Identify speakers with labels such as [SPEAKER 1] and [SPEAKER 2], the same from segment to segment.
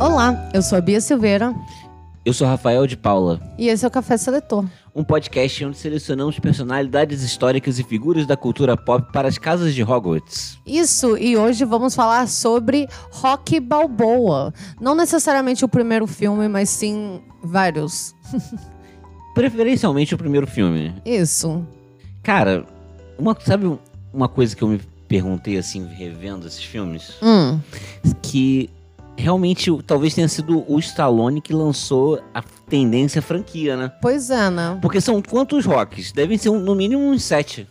[SPEAKER 1] olá, eu sou a Bia Silveira
[SPEAKER 2] Eu sou Rafael de Paula,
[SPEAKER 1] e esse é o Café Seletor.
[SPEAKER 2] um podcast onde selecionamos personalidades históricas e figuras da cultura pop para as casas de Hogwarts.
[SPEAKER 1] Isso, e hoje vamos falar sobre Rock Balboa. Não necessariamente o primeiro filme, mas sim vários.
[SPEAKER 2] Preferencialmente o primeiro filme.
[SPEAKER 1] Isso.
[SPEAKER 2] Cara, uma, sabe um- uma coisa que eu me perguntei assim, revendo esses filmes?
[SPEAKER 1] Hum.
[SPEAKER 2] Que realmente o- talvez tenha sido o Stallone que lançou a tendência franquia, né?
[SPEAKER 1] Pois é, né?
[SPEAKER 2] Porque são quantos rocks? Devem ser um- no mínimo uns sete.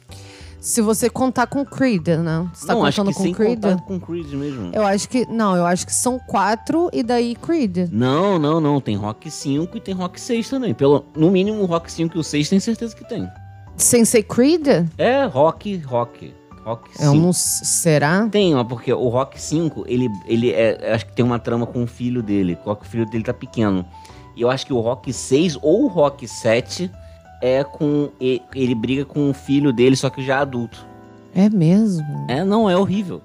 [SPEAKER 1] Se você contar com Creed, né? Você tá
[SPEAKER 2] Não, acho
[SPEAKER 1] contando
[SPEAKER 2] que
[SPEAKER 1] com
[SPEAKER 2] sem
[SPEAKER 1] Creed?
[SPEAKER 2] contar com Creed mesmo.
[SPEAKER 1] Eu acho que. Não, eu acho que são quatro e daí Creed.
[SPEAKER 2] Não, não, não. Tem Rock 5 e tem Rock 6 também. Pelo, no mínimo, o Rock 5 e o 6 tem certeza que tem.
[SPEAKER 1] Sem ser Creed?
[SPEAKER 2] É Rock, Rock. Rock 5.
[SPEAKER 1] Eu não. É um s- Será?
[SPEAKER 2] Tem, ó, porque o Rock 5, ele, ele é, acho que tem uma trama com o filho dele. Só que o filho dele tá pequeno. E eu acho que o Rock 6 ou o Rock 7 é com. e- Ele briga com o filho dele, só que já adulto.
[SPEAKER 1] É mesmo?
[SPEAKER 2] É, não, é horrível.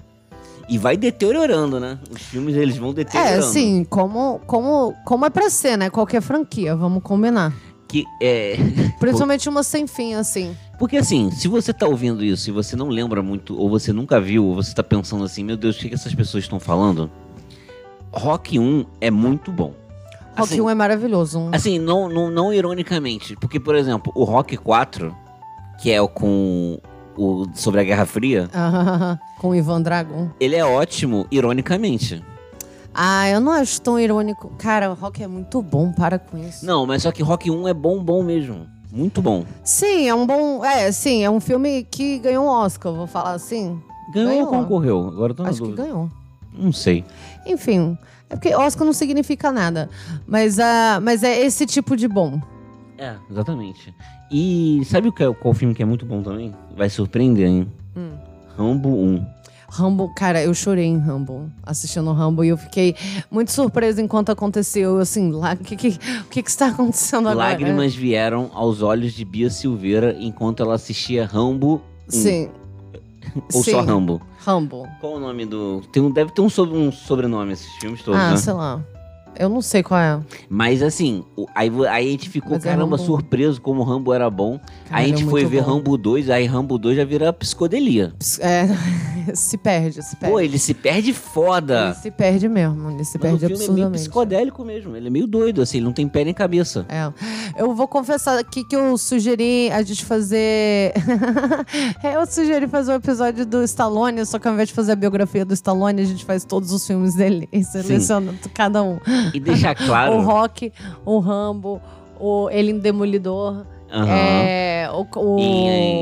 [SPEAKER 2] E vai deteriorando, né? Os filmes, eles vão
[SPEAKER 1] É,
[SPEAKER 2] deteriorando.
[SPEAKER 1] assim, como, como, como é pra ser, né? Qualquer franquia, vamos combinar.
[SPEAKER 2] Que, é...
[SPEAKER 1] Principalmente uma sem fim, assim.
[SPEAKER 2] Porque assim, se você tá ouvindo isso e você não lembra muito, ou você nunca viu, ou você tá pensando assim, meu Deus, o que, que essas pessoas estão falando? Rock 1 é muito bom.
[SPEAKER 1] Rock
[SPEAKER 2] assim,
[SPEAKER 1] 1 é maravilhoso. Um-
[SPEAKER 2] assim, não, não, não ironicamente. Porque, por exemplo, o Rock 4, que é o com. O, sobre a Guerra Fria,
[SPEAKER 1] Ah, com o Ivan Dragon.
[SPEAKER 2] ele é ótimo, ironicamente.
[SPEAKER 1] Ah, eu não acho tão irônico. Cara, o rock é muito bom, para com isso.
[SPEAKER 2] Não, mas só que Rock 1 é bom, bom mesmo. Muito bom.
[SPEAKER 1] Sim, é um bom. É, sim, é um filme que ganhou um Oscar, vou falar assim.
[SPEAKER 2] Ganhou,
[SPEAKER 1] Ganhou.
[SPEAKER 2] ou concorreu? Agora eu tô na
[SPEAKER 1] acho que
[SPEAKER 2] dúvida.
[SPEAKER 1] ganhou.
[SPEAKER 2] Não sei.
[SPEAKER 1] Enfim, é porque Oscar não significa nada. Mas, ah, mas é esse tipo de bom.
[SPEAKER 2] É, exatamente. E sabe o que é- qual filme que é muito bom também? Vai surpreender, hein?
[SPEAKER 1] Hum.
[SPEAKER 2] Rambo 1.
[SPEAKER 1] Rambo, cara, eu chorei em Rambo, assistindo Rambo, e eu fiquei muito surpresa enquanto aconteceu. Eu, assim, lá, o que, que, o que que está acontecendo agora? né?
[SPEAKER 2] Lágrimas vieram aos olhos de Bia Silveira enquanto ela assistia Rambo 1.
[SPEAKER 1] Sim.
[SPEAKER 2] Ou só
[SPEAKER 1] Sim.
[SPEAKER 2] Rambo.
[SPEAKER 1] Rambo.
[SPEAKER 2] Qual o nome do. Tem um, deve ter um, sobre- um sobrenome esses filmes todos,
[SPEAKER 1] ah,
[SPEAKER 2] né?
[SPEAKER 1] sei lá. Eu não sei qual é.
[SPEAKER 2] Mas assim, o- aí, vo- aí a gente ficou,
[SPEAKER 1] Mas é
[SPEAKER 2] caramba,
[SPEAKER 1] Rambo.
[SPEAKER 2] surpreso como Rambo era bom.
[SPEAKER 1] Cara,
[SPEAKER 2] aí a gente
[SPEAKER 1] é
[SPEAKER 2] foi
[SPEAKER 1] muito
[SPEAKER 2] ver
[SPEAKER 1] bom.
[SPEAKER 2] Rambo 2, aí Rambo 2 já vira psicodelia.
[SPEAKER 1] É, se perde, se perde.
[SPEAKER 2] Pô, ele se perde foda.
[SPEAKER 1] Ele se perde mesmo, ele se
[SPEAKER 2] Mas
[SPEAKER 1] perde
[SPEAKER 2] o filme é meio
[SPEAKER 1] absurdamente.
[SPEAKER 2] psicodélico mesmo. Ele é meio doido, assim, ele não tem pé nem cabeça.
[SPEAKER 1] É. Eu vou confessar aqui que eu sugeri a gente fazer. eu sugeri fazer um episódio do Stallone, só que ao invés de fazer a biografia do Stallone, a gente faz todos os filmes dele e seleciona cada um.
[SPEAKER 2] E deixar claro.
[SPEAKER 1] O Rock, o Rambo, o Ele em Demolidor,
[SPEAKER 2] Aham.
[SPEAKER 1] é, o, o
[SPEAKER 2] E,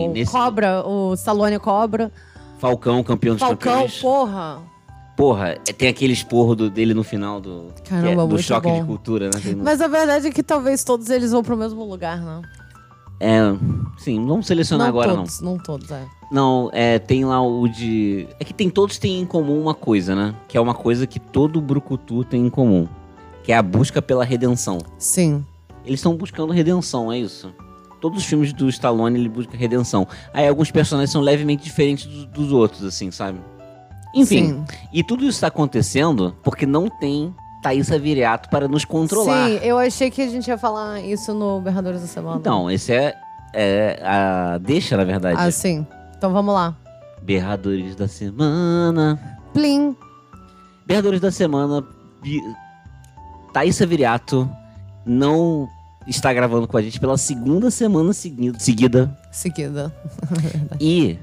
[SPEAKER 2] e nesse-
[SPEAKER 1] Cobra, o Stallone Cobra,
[SPEAKER 2] Falcão, campeão dos
[SPEAKER 1] Falcão,
[SPEAKER 2] campeões.
[SPEAKER 1] porra.
[SPEAKER 2] Porra, é, tem aquele esporro do- dele no final do, que
[SPEAKER 1] Caramba,
[SPEAKER 2] é, do
[SPEAKER 1] muito
[SPEAKER 2] choque
[SPEAKER 1] bom.
[SPEAKER 2] de cultura, né? Tem no-
[SPEAKER 1] Mas a verdade é que talvez todos eles vão pro mesmo lugar, né?
[SPEAKER 2] É, sim, não vamos selecionar agora
[SPEAKER 1] todos, não. todos, é.
[SPEAKER 2] não. Não, é, tem lá o de... É que tem, todos têm em comum uma coisa, né? Que é uma coisa que todo brucutu tem em comum. Que é a busca pela redenção.
[SPEAKER 1] Sim.
[SPEAKER 2] Eles estão buscando redenção, é isso. Todos os filmes do Stallone, ele busca redenção. Aí alguns personagens são levemente diferentes dos, dos outros, assim, sabe? Enfim,
[SPEAKER 1] Sim.
[SPEAKER 2] E tudo isso tá acontecendo porque não tem Thaisa Viriato para nos controlar.
[SPEAKER 1] Sim, eu achei que a gente ia falar isso no Berradores da Semana.
[SPEAKER 2] Então, esse é, é a deixa, na verdade.
[SPEAKER 1] Ah, sim. Então vamos lá.
[SPEAKER 2] Berradores da Semana.
[SPEAKER 1] Plim.
[SPEAKER 2] Berradores da Semana. Bi... Thaisa Viriato não está gravando com a gente pela segunda semana segui- seguida.
[SPEAKER 1] Seguida.
[SPEAKER 2] E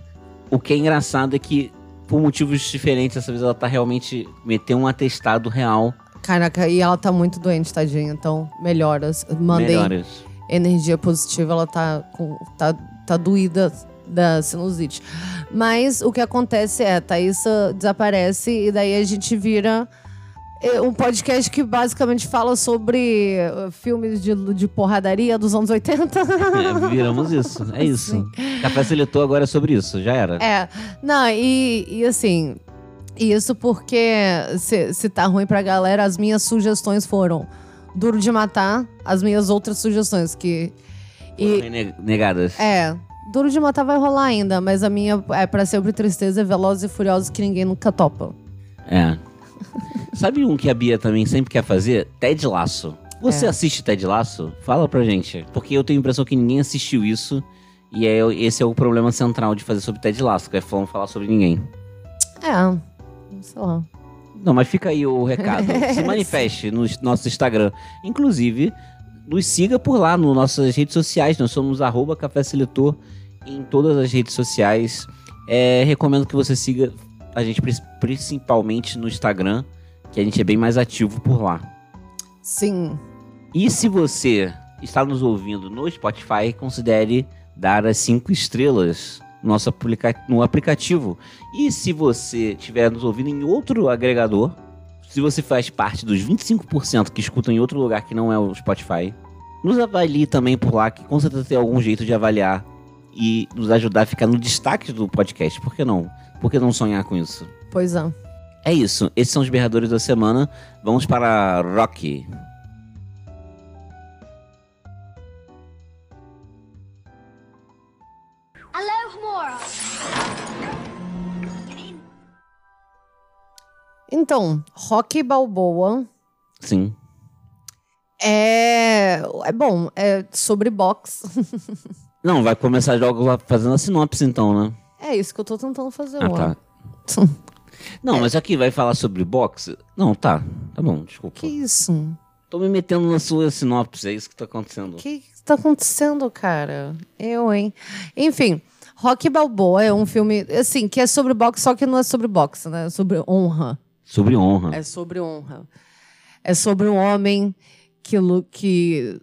[SPEAKER 2] o que é engraçado é que, por motivos diferentes, dessa vez ela tá realmente metendo um atestado real.
[SPEAKER 1] Caraca, e ela tá muito doente, tadinha. Então, melhoras. Mandei
[SPEAKER 2] Melhoras.
[SPEAKER 1] energia positiva, ela tá, com, tá, tá doída da sinusite. Mas o que acontece é, a Thaísa desaparece e daí a gente vira é, um podcast que basicamente fala sobre eh, filmes de, de porradaria dos anos 80.
[SPEAKER 2] É, viramos isso. É isso. Café Seletor agora é sobre isso. Já era.
[SPEAKER 1] É, não, e, e assim, e isso porque se, se tá ruim pra galera, as minhas sugestões foram Duro de Matar, as minhas outras sugestões que... E,
[SPEAKER 2] Ne- Negadas.
[SPEAKER 1] é, Duro de Matar vai rolar ainda, mas a minha é pra sempre tristeza, Velozes e Furiosos que ninguém nunca topa.
[SPEAKER 2] É. Sabe um que a Bia também sempre quer fazer? Ted Laço. Você
[SPEAKER 1] É.
[SPEAKER 2] assiste Ted Laço? Fala pra gente. Porque eu tenho a impressão que ninguém assistiu isso. E é, esse é o problema central de fazer sobre Ted Laço, que é não falar sobre ninguém.
[SPEAKER 1] É, sei lá.
[SPEAKER 2] Não, mas fica aí o recado. Se manifeste no nosso Instagram. Inclusive, nos siga por lá nas nossas redes sociais. Nós somos arroba Café Seletor em todas as redes sociais. É, recomendo que você siga a gente pris- principalmente no Instagram, que a gente é bem mais ativo por lá.
[SPEAKER 1] Sim,
[SPEAKER 2] E se você está nos ouvindo no Spotify, considere dar as cinco estrelas no, nosso aplica- no aplicativo. E se você estiver nos ouvindo em outro agregador, se você faz parte dos 25% que escutam em outro lugar que não é o Spotify, nos avalie também por lá, que com certeza tem algum jeito de avaliar e nos ajudar a ficar no destaque do podcast. Por que não? Por que não sonhar com isso?
[SPEAKER 1] pois é.
[SPEAKER 2] É isso. Esses são os berradores da semana. Vamos para Rock.
[SPEAKER 1] Então, Rock Balboa
[SPEAKER 2] Sim.
[SPEAKER 1] é... É bom, é sobre boxe.
[SPEAKER 2] Não, vai começar logo lá fazendo a sinopse então, né?
[SPEAKER 1] É isso que eu tô tentando fazer
[SPEAKER 2] Ah,
[SPEAKER 1] agora.
[SPEAKER 2] tá. Não, mas aqui vai falar sobre boxe? Não, tá. Tá bom, desculpa.
[SPEAKER 1] Que isso?
[SPEAKER 2] Tô me metendo na sua sinopse, é isso que tá acontecendo.
[SPEAKER 1] O que que tá acontecendo, cara? Eu, hein? Enfim, Rock Balboa é um filme, assim, que é sobre boxe, só que não é sobre boxe, né? É sobre honra.
[SPEAKER 2] Sobre honra.
[SPEAKER 1] É sobre honra. É sobre um homem que, lu- que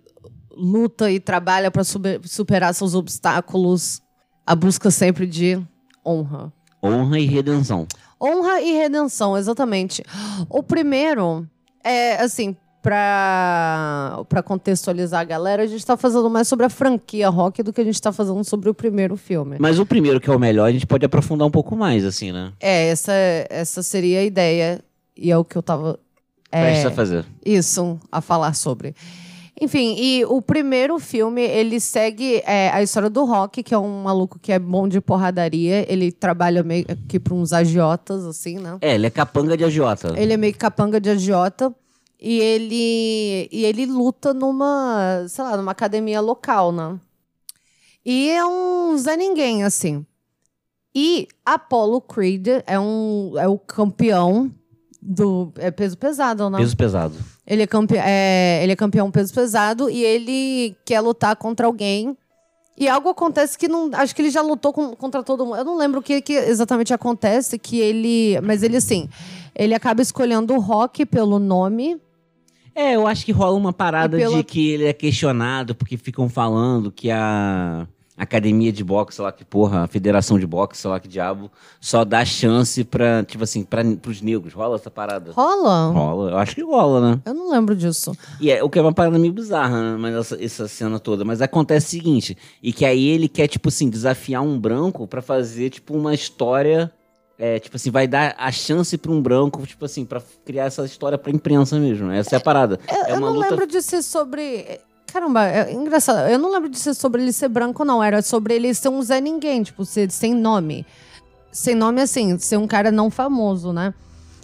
[SPEAKER 1] luta e trabalha para superar seus obstáculos. A busca sempre de honra.
[SPEAKER 2] Honra e redenção.
[SPEAKER 1] Honra e redenção, exatamente. O primeiro é assim, pra, pra contextualizar a galera, a gente tá fazendo mais sobre a franquia rock do que a gente tá fazendo sobre o primeiro filme.
[SPEAKER 2] Mas o primeiro, que é o melhor, a gente pode aprofundar um pouco mais, assim, né?
[SPEAKER 1] É, essa, essa seria a ideia, e é o que eu tava. é,
[SPEAKER 2] Presta a fazer.
[SPEAKER 1] isso a falar sobre. Enfim, e o primeiro filme, ele segue é, a história do Rock, que é um maluco que é bom de porradaria. Ele trabalha meio que pra uns agiotas, assim, né?
[SPEAKER 2] É, ele é capanga de agiota.
[SPEAKER 1] Ele é meio que capanga de agiota. E ele, e ele luta numa, sei lá, numa academia local, né? E é um Zé Ninguém, assim. E Apollo Creed é, um, é o campeão do é peso pesado, né?
[SPEAKER 2] Peso pesado.
[SPEAKER 1] Ele, é campe, é, ele é campeão peso pesado e ele quer lutar contra alguém. E algo acontece que não. Acho que ele já lutou com- contra todo mundo. Eu não lembro o que, que exatamente acontece, que ele. Mas ele, assim. Ele acaba escolhendo o rock pelo nome.
[SPEAKER 2] É, eu acho que rola uma parada
[SPEAKER 1] E pela-
[SPEAKER 2] de que ele é questionado, porque ficam falando que a academia de boxe, sei lá que porra, a federação de boxe, sei lá que diabo, só dá chance pra, tipo assim, pra, pros negros. Rola essa parada?
[SPEAKER 1] Rola?
[SPEAKER 2] Rola, eu acho que rola, né?
[SPEAKER 1] Eu não lembro disso.
[SPEAKER 2] E é, o que é uma parada meio bizarra, né? Mas essa, essa cena toda. Mas acontece o seguinte, e que aí ele quer, tipo assim, desafiar um branco pra fazer, tipo, uma história. É, tipo assim, vai dar a chance pra um branco, tipo assim, pra criar essa história pra imprensa mesmo. Essa é a parada.
[SPEAKER 1] Eu,
[SPEAKER 2] é
[SPEAKER 1] eu
[SPEAKER 2] uma
[SPEAKER 1] não
[SPEAKER 2] luta
[SPEAKER 1] lembro de ser sobre. Caramba, é engraçado. Eu não lembro de ser sobre ele ser branco, não. Era sobre ele ser um Zé Ninguém, tipo, ser sem nome. Sem nome, assim, ser um cara não famoso, né?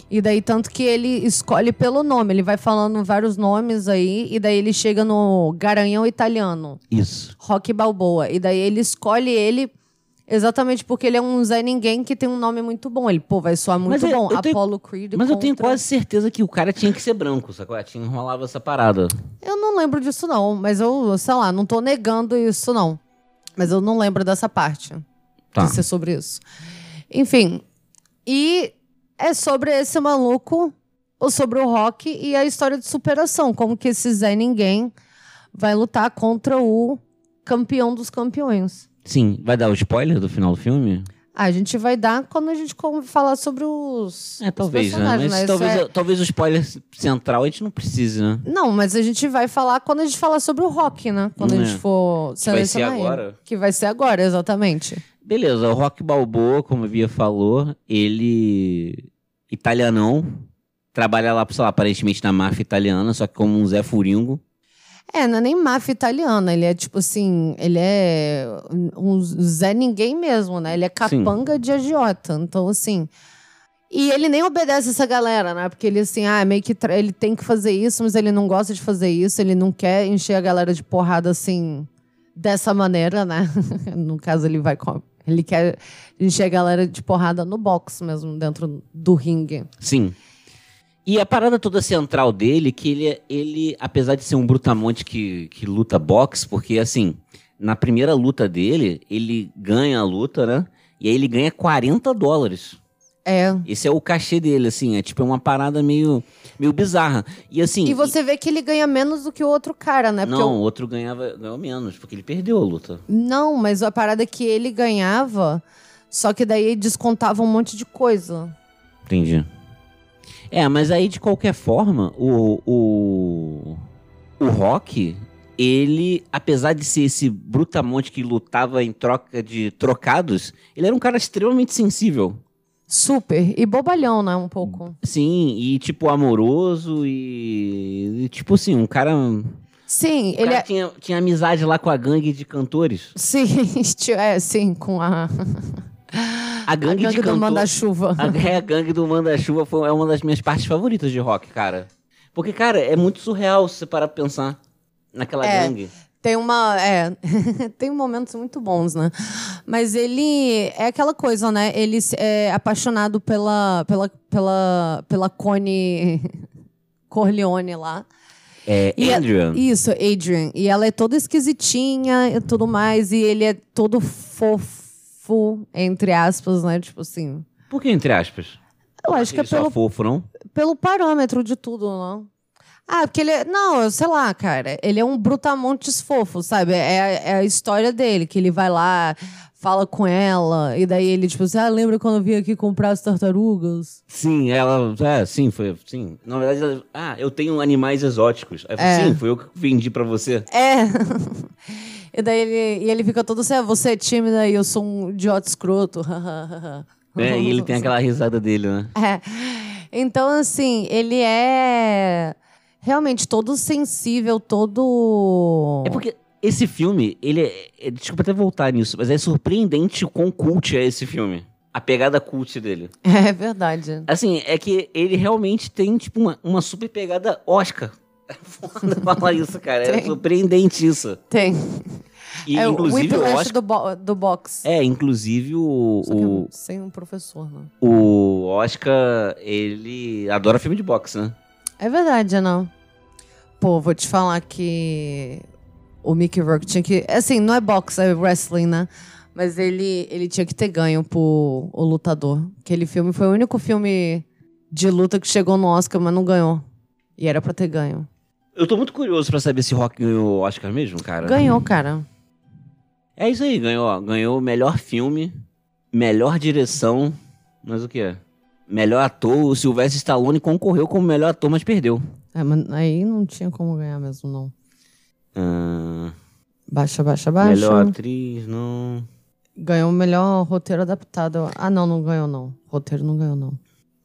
[SPEAKER 1] E daí, tanto que ele escolhe pelo nome. Ele vai falando vários nomes aí, e daí ele chega no Garanhão Italiano,
[SPEAKER 2] Isso.
[SPEAKER 1] Rock Balboa. E daí ele escolhe ele. Exatamente porque ele é um Zé Ninguém que tem um nome muito bom. Ele, pô, vai soar muito
[SPEAKER 2] Mas eu-
[SPEAKER 1] bom.
[SPEAKER 2] eu tenho-
[SPEAKER 1] Apollo Creed
[SPEAKER 2] Mas eu tenho
[SPEAKER 1] contra-
[SPEAKER 2] quase certeza que o cara tinha que ser branco, sacou? É, Tinha enrolado essa parada.
[SPEAKER 1] Eu não lembro disso, não. Mas eu, sei lá, não tô negando isso, não. Mas eu não lembro dessa parte.
[SPEAKER 2] Tá.
[SPEAKER 1] De ser sobre isso. Enfim. E é sobre esse maluco, ou sobre o rock e a história de superação. Como que esse Zé Ninguém vai lutar contra o campeão dos campeões.
[SPEAKER 2] Sim, vai dar o spoiler do final do filme?
[SPEAKER 1] Ah, a gente vai dar quando a gente com- falar sobre os.
[SPEAKER 2] É,
[SPEAKER 1] os
[SPEAKER 2] talvez, né?
[SPEAKER 1] personagens,
[SPEAKER 2] Mas
[SPEAKER 1] Isso
[SPEAKER 2] talvez,
[SPEAKER 1] é-
[SPEAKER 2] talvez o spoiler central a gente não precise, né?
[SPEAKER 1] Não, mas a gente vai falar quando a gente falar sobre o rock, né? Quando a
[SPEAKER 2] É.
[SPEAKER 1] gente for
[SPEAKER 2] vai ser
[SPEAKER 1] selecionar ele.
[SPEAKER 2] agora.
[SPEAKER 1] Que vai ser agora, exatamente.
[SPEAKER 2] Beleza, o Rock Balboa, como a Bia falou, ele. italianão. Trabalha lá, sei lá, aparentemente na máfia italiana, só que como um Zé Furingo.
[SPEAKER 1] É, não é nem máfia italiana, ele é tipo assim, ele é um Zé Ninguém mesmo, né? Ele é capanga de agiota, então assim... E ele nem obedece essa galera, né? Porque ele assim, ah, meio que tra- ele tem que fazer isso, mas ele não gosta de fazer isso, ele não quer encher a galera de porrada assim, dessa maneira, né? no caso, ele vai com... Ele quer encher a galera de porrada no box mesmo, dentro do ringue.
[SPEAKER 2] Sim. E a parada toda central dele, é que ele, é- ele apesar de ser um brutamonte que, que luta boxe, porque assim, na primeira luta dele, ele ganha a luta, né? E aí ele ganha 40 dólares.
[SPEAKER 1] É,
[SPEAKER 2] Esse é o cachê dele, assim, é tipo é uma parada meio, meio bizarra. E assim.
[SPEAKER 1] E você vê que ele ganha menos do que o outro cara, né? Porque
[SPEAKER 2] Não,
[SPEAKER 1] o-
[SPEAKER 2] o outro ganhava, ganhou menos, porque ele perdeu a luta.
[SPEAKER 1] Não, mas a parada é que ele ganhava, só que daí descontava um monte de coisa.
[SPEAKER 2] Entendi. É, mas aí de qualquer forma, o o o Rock, ele, apesar de ser esse brutamonte que lutava em troca de trocados, ele era um cara extremamente sensível.
[SPEAKER 1] Super. E bobalhão, né? Um pouco.
[SPEAKER 2] Sim, e tipo amoroso e, e, tipo assim, um cara, um
[SPEAKER 1] Sim, ele
[SPEAKER 2] cara
[SPEAKER 1] é.
[SPEAKER 2] tinha tinha amizade lá com a gangue de cantores.
[SPEAKER 1] Sim, tio, é, sim, com a.
[SPEAKER 2] A gangue, de
[SPEAKER 1] do
[SPEAKER 2] cantores.
[SPEAKER 1] manda-chuva.
[SPEAKER 2] A, é, a gangue do Manda-Chuva foi- é uma das minhas partes favoritas de rock, cara. Porque, cara, é muito surreal se você parar pra pensar naquela
[SPEAKER 1] É.
[SPEAKER 2] gangue.
[SPEAKER 1] Tem uma. É, tem momentos muito bons, né? Mas ele é aquela coisa, né? Ele é apaixonado pela. pela. pela. pela Cone Corleone lá.
[SPEAKER 2] É,
[SPEAKER 1] E a-
[SPEAKER 2] Adrian.
[SPEAKER 1] Isso, Adrian. E ela é toda esquisitinha e tudo mais. E ele é todo fofo, entre aspas, né? Tipo assim.
[SPEAKER 2] Por que entre aspas?
[SPEAKER 1] Eu acho que é
[SPEAKER 2] Ele só
[SPEAKER 1] pelo,
[SPEAKER 2] fofo, não?
[SPEAKER 1] pelo parâmetro de tudo, não? Ah, porque ele é. Não, eu sei lá, cara. Ele é um brutamontes fofo, sabe? É, a- é a história dele, que ele vai lá, fala com ela, e daí ele, tipo assim, ah, lembra quando eu vim aqui comprar as tartarugas?
[SPEAKER 2] Sim, ela. É, sim, foi. Sim. Na verdade, ela, ah, eu tenho animais exóticos. Aí eu falei,
[SPEAKER 1] É.
[SPEAKER 2] Sim, foi eu que vendi pra você.
[SPEAKER 1] É. e daí ele, e ele fica todo assim, ah, você é tímida e eu sou um idiota escroto.
[SPEAKER 2] É, e ele tem aquela risada dele, né?
[SPEAKER 1] É. Então, assim, ele é realmente todo sensível, todo.
[SPEAKER 2] É porque esse filme, ele é, é- Desculpa até voltar nisso, mas é surpreendente o quão cult é esse filme. A pegada cult dele.
[SPEAKER 1] É verdade.
[SPEAKER 2] Assim, é que ele realmente tem, tipo, uma, uma super pegada Oscar. É Foda falar isso, cara. É
[SPEAKER 1] Tem.
[SPEAKER 2] surpreendente isso.
[SPEAKER 1] Tem.
[SPEAKER 2] E,
[SPEAKER 1] é
[SPEAKER 2] inclusive,
[SPEAKER 1] o
[SPEAKER 2] o
[SPEAKER 1] Whiplash
[SPEAKER 2] Oscar...
[SPEAKER 1] do, bo do box.
[SPEAKER 2] É, inclusive, o,
[SPEAKER 1] Só que
[SPEAKER 2] o,
[SPEAKER 1] sem um professor, não.
[SPEAKER 2] o Oscar, ele adora filme de boxe, né?
[SPEAKER 1] É verdade, não. Pô, vou te falar que o Mickey Rourke tinha que. Assim, não é boxe, é wrestling, né? Mas ele, ele tinha que ter ganho por O Lutador. Aquele filme foi o único filme de luta que chegou no Oscar, mas não ganhou. E era pra ter ganho.
[SPEAKER 2] Eu tô muito curioso pra saber se Rock ganhou o Oscar mesmo, cara.
[SPEAKER 1] Ganhou, cara.
[SPEAKER 2] É isso aí, ganhou. Ganhou melhor filme, melhor direção, mas o que? Melhor ator, o Sylvester Stallone concorreu como melhor ator, mas perdeu.
[SPEAKER 1] É, mas aí não tinha como ganhar mesmo, não.
[SPEAKER 2] Ah,
[SPEAKER 1] Baixa, baixa, baixa.
[SPEAKER 2] melhor atriz, não...
[SPEAKER 1] Ganhou o melhor roteiro adaptado. Ah, não, não ganhou, não. Roteiro não ganhou, não.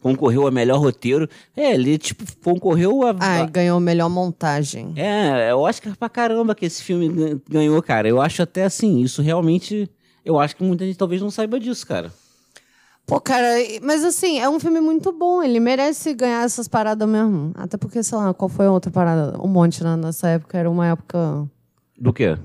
[SPEAKER 2] concorreu a melhor roteiro. É, ele, tipo, concorreu a.
[SPEAKER 1] Ah, e
[SPEAKER 2] a-
[SPEAKER 1] ganhou melhor montagem.
[SPEAKER 2] é, é Oscar pra caramba que esse filme gan- ganhou, cara. Eu acho até assim, isso realmente. Eu acho que muita gente talvez não saiba disso, cara.
[SPEAKER 1] Pô, cara, e- mas assim, é um filme muito bom. Ele merece ganhar essas paradas mesmo. Até porque, sei lá, qual foi a outra parada? Um monte, né? Nessa época era uma época.
[SPEAKER 2] Do quê?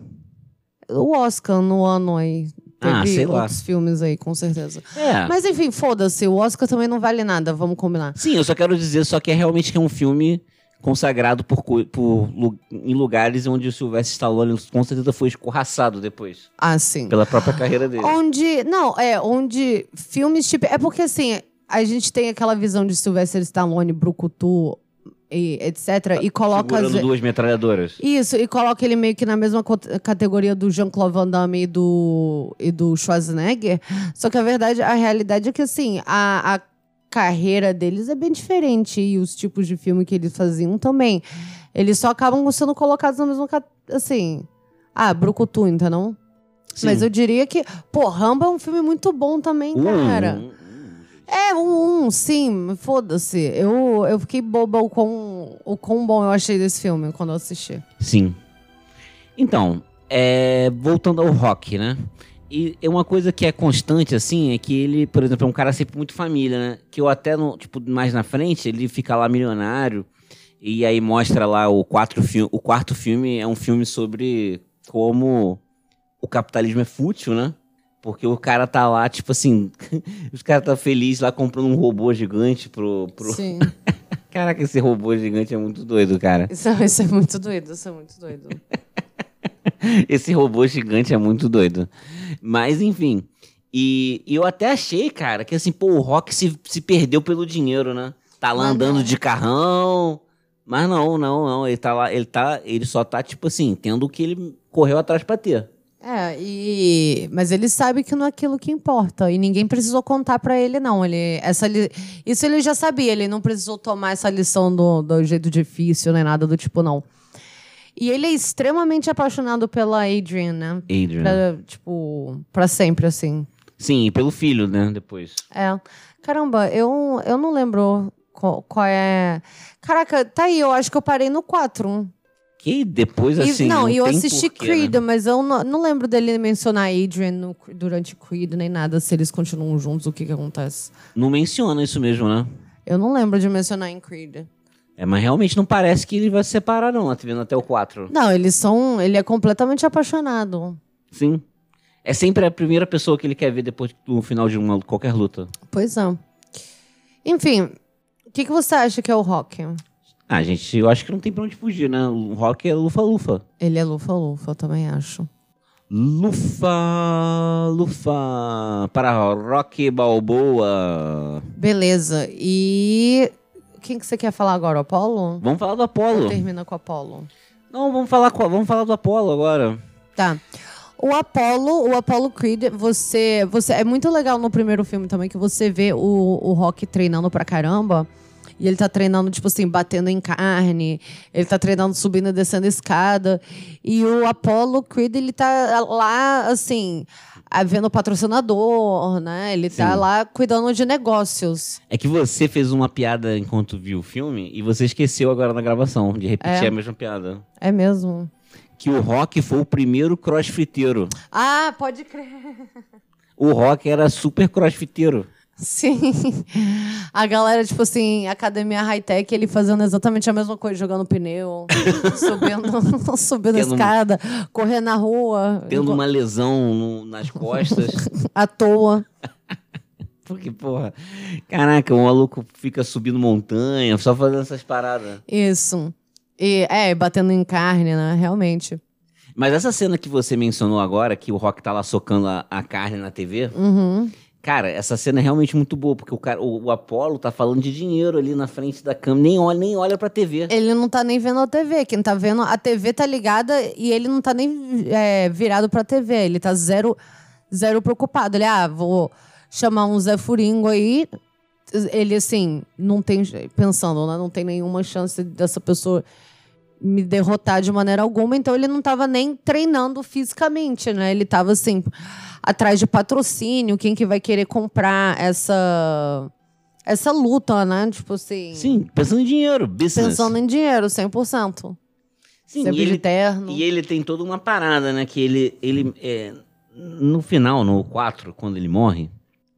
[SPEAKER 1] O Oscar no ano aí. Teve
[SPEAKER 2] Ah, sei lá.
[SPEAKER 1] outros filmes aí, com certeza.
[SPEAKER 2] É.
[SPEAKER 1] Mas enfim, foda-se. O Oscar também não vale nada, vamos combinar.
[SPEAKER 2] Sim, eu só quero dizer só que é realmente que é um filme consagrado por, co- por lu- em lugares onde o Sylvester Stallone com certeza foi escorraçado depois
[SPEAKER 1] Ah, sim.
[SPEAKER 2] pela própria carreira dele.
[SPEAKER 1] Onde. Não, é, onde filmes tipo. É porque assim, a gente tem aquela visão de Sylvester Stallone, Brucutu, e etc. E coloca.
[SPEAKER 2] Segurando
[SPEAKER 1] às ve-
[SPEAKER 2] duas metralhadoras.
[SPEAKER 1] Isso, e coloca ele meio que na mesma co- categoria do Jean-Claude Van Damme e do, e do Schwarzenegger. Só que a verdade, a realidade é que, assim, a, a carreira deles é bem diferente e os tipos de filme que eles faziam também. Eles só acabam sendo colocados na mesma. cat- Assim. Ah, Brucutu, então não?
[SPEAKER 2] Sim.
[SPEAKER 1] Mas eu diria que. Pô, Rambo é um filme muito bom também,
[SPEAKER 2] Um,
[SPEAKER 1] cara.
[SPEAKER 2] um, um.
[SPEAKER 1] É, um, um sim, foda-se. Eu, eu fiquei boba o quão, o quão bom eu achei desse filme quando eu assisti.
[SPEAKER 2] Sim. Então, é, voltando ao rock, né? E é uma coisa que é constante, assim, é que ele, por exemplo, é um cara sempre muito família, né? Que eu até, no, tipo, mais na frente, ele fica lá milionário. E aí mostra lá o, quatro fi o quarto filme, é um filme sobre como o capitalismo é fútil, né? Porque o cara tá lá, tipo assim, os caras tá feliz lá comprando um robô gigante pro... pro...
[SPEAKER 1] Sim.
[SPEAKER 2] Caraca, esse robô gigante é muito doido, cara.
[SPEAKER 1] Isso, isso é muito doido, isso é muito doido.
[SPEAKER 2] Esse robô gigante é muito doido. Mas, enfim. E, e eu até achei, cara, que assim, pô, o Rock se, se perdeu pelo dinheiro, né? Tá lá
[SPEAKER 1] Mas
[SPEAKER 2] andando
[SPEAKER 1] não.
[SPEAKER 2] de carrão. Mas não, não, não. Ele tá lá, ele tá. Ele só tá, tipo assim, tendo o que ele correu atrás pra ter.
[SPEAKER 1] É, e mas ele sabe que não é aquilo que importa e ninguém precisou contar pra ele não. Ele essa li- isso ele já sabia, ele não precisou tomar essa lição do, do jeito difícil nem nada do tipo não. E ele é extremamente apaixonado pela Adrian, né?
[SPEAKER 2] Adrian.
[SPEAKER 1] Pra, tipo, pra sempre assim.
[SPEAKER 2] Sim, e pelo filho, né? Depois.
[SPEAKER 1] É. Caramba, eu, eu não lembro qual, qual é. Caraca, tá aí, eu acho que eu parei no 4.
[SPEAKER 2] Que depois,
[SPEAKER 1] E-
[SPEAKER 2] assim.
[SPEAKER 1] não, e eu
[SPEAKER 2] tem
[SPEAKER 1] assisti
[SPEAKER 2] porquê, né?
[SPEAKER 1] Creed, mas eu não, não lembro dele mencionar Adrian no- durante Creed, nem nada, se eles continuam juntos, o que que acontece.
[SPEAKER 2] Não menciona isso mesmo, né?
[SPEAKER 1] Eu não lembro de mencionar em Creed.
[SPEAKER 2] É, mas realmente não parece que ele vai se separar, não. Ela tá vendo até o 4.
[SPEAKER 1] Não, eles são... Ele é completamente apaixonado.
[SPEAKER 2] Sim. É sempre a primeira pessoa que ele quer ver depois do final de uma, qualquer luta.
[SPEAKER 1] Pois é. Enfim, o que, que você acha que é o Rock?
[SPEAKER 2] Ah, gente, eu acho que não tem pra onde fugir, né? O rock é lufa-lufa.
[SPEAKER 1] Ele é lufa-lufa, eu também acho.
[SPEAKER 2] Lufa, lufa. Para rock balboa.
[SPEAKER 1] Beleza, e... Quem que você quer falar agora, o Apollo?
[SPEAKER 2] Vamos falar do Apollo.
[SPEAKER 1] Termina com o Apollo.
[SPEAKER 2] Não, vamos falar, com- vamos falar do Apollo agora.
[SPEAKER 1] Tá. O Apollo, o Apollo Creed, você, você é muito legal no primeiro filme também que você vê o, o Rock treinando pra caramba. E ele tá treinando, tipo assim, batendo em carne. Ele tá treinando subindo e descendo escada. E o Apollo Creed, ele tá lá, assim, ah, vendo patrocinador, né? Ele tá
[SPEAKER 2] Sim.
[SPEAKER 1] lá cuidando de negócios.
[SPEAKER 2] É que você fez uma piada enquanto viu o filme e você esqueceu agora na gravação de repetir
[SPEAKER 1] É.
[SPEAKER 2] a mesma piada.
[SPEAKER 1] É mesmo.
[SPEAKER 2] Que o Rock foi o primeiro crossfiteiro.
[SPEAKER 1] Ah, pode crer.
[SPEAKER 2] O Rock era super crossfiteiro.
[SPEAKER 1] Sim. A galera, tipo assim, academia high-tech, ele fazendo exatamente a mesma coisa, jogando pneu, subindo, subindo
[SPEAKER 2] Tendo um-
[SPEAKER 1] escada, correndo na rua,
[SPEAKER 2] Tendo uma lesão no- nas costas.
[SPEAKER 1] à toa.
[SPEAKER 2] Porque, porra, caraca, o maluco fica subindo montanha, só fazendo essas paradas.
[SPEAKER 1] Isso. E, é, batendo em carne, né? Realmente.
[SPEAKER 2] Mas essa cena que você mencionou agora, que o Rock tá lá socando a, a carne na TV,
[SPEAKER 1] Uhum.
[SPEAKER 2] cara, essa cena é realmente muito boa, porque o, cara, o, o Apolo tá falando de dinheiro ali na frente da câmera, nem olha, nem olha pra TV.
[SPEAKER 1] Ele não tá nem vendo a TV. Quem tá vendo, a TV tá ligada e ele não tá nem é, virado pra TV. Ele tá zero, zero preocupado. Ele, ah, vou chamar um Zé Furingo aí. Ele, assim, não tem. Pensando, né? Não tem nenhuma chance dessa pessoa me derrotar de maneira alguma. Então ele não tava nem treinando fisicamente, né? Ele tava, assim, atrás de patrocínio, quem que vai querer comprar essa. Essa luta, né? Tipo assim
[SPEAKER 2] Sim, pensando em dinheiro, business.
[SPEAKER 1] pensando em dinheiro, 100%.
[SPEAKER 2] Sim,
[SPEAKER 1] Sempre
[SPEAKER 2] e ele,
[SPEAKER 1] de terno.
[SPEAKER 2] e ele tem toda uma parada, né, que ele, ele é, no final, no 4, quando ele morre,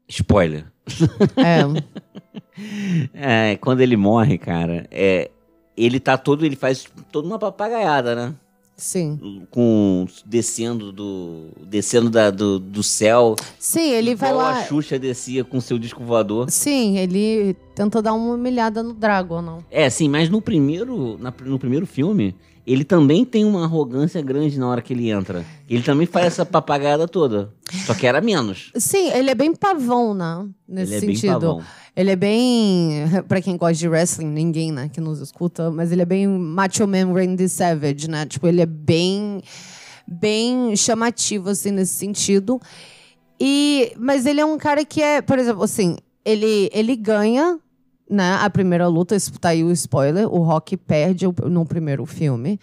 [SPEAKER 2] spoiler,
[SPEAKER 1] É,
[SPEAKER 2] É, quando ele morre, cara, é, ele tá todo. Ele faz toda uma papagaiada, né?
[SPEAKER 1] Sim.
[SPEAKER 2] com descendo do descendo da- do, do céu,
[SPEAKER 1] Sim, ele vai
[SPEAKER 2] igual
[SPEAKER 1] lá.
[SPEAKER 2] a Xuxa descia com seu disco voador.
[SPEAKER 1] Sim, ele tenta dar uma humilhada no Dragon, não.
[SPEAKER 2] É, sim, mas no primeiro, na- no primeiro filme, ele também tem uma arrogância grande na hora que ele entra. Ele também faz essa papagada toda. Só que era menos.
[SPEAKER 1] Sim, ele é bem pavão, né? Nesse
[SPEAKER 2] ele é
[SPEAKER 1] sentido.
[SPEAKER 2] bem pavão.
[SPEAKER 1] Ele é bem. Pra quem gosta de wrestling, ninguém, né, que nos escuta, mas ele é bem Macho Man Randy Savage, né? Tipo, ele é bem. Bem chamativo, assim, nesse sentido. E. Mas ele é um cara que é. Por exemplo, assim, ele, ele ganha, né? A primeira luta, isso tá aí o spoiler. O Rock perde o- no primeiro filme.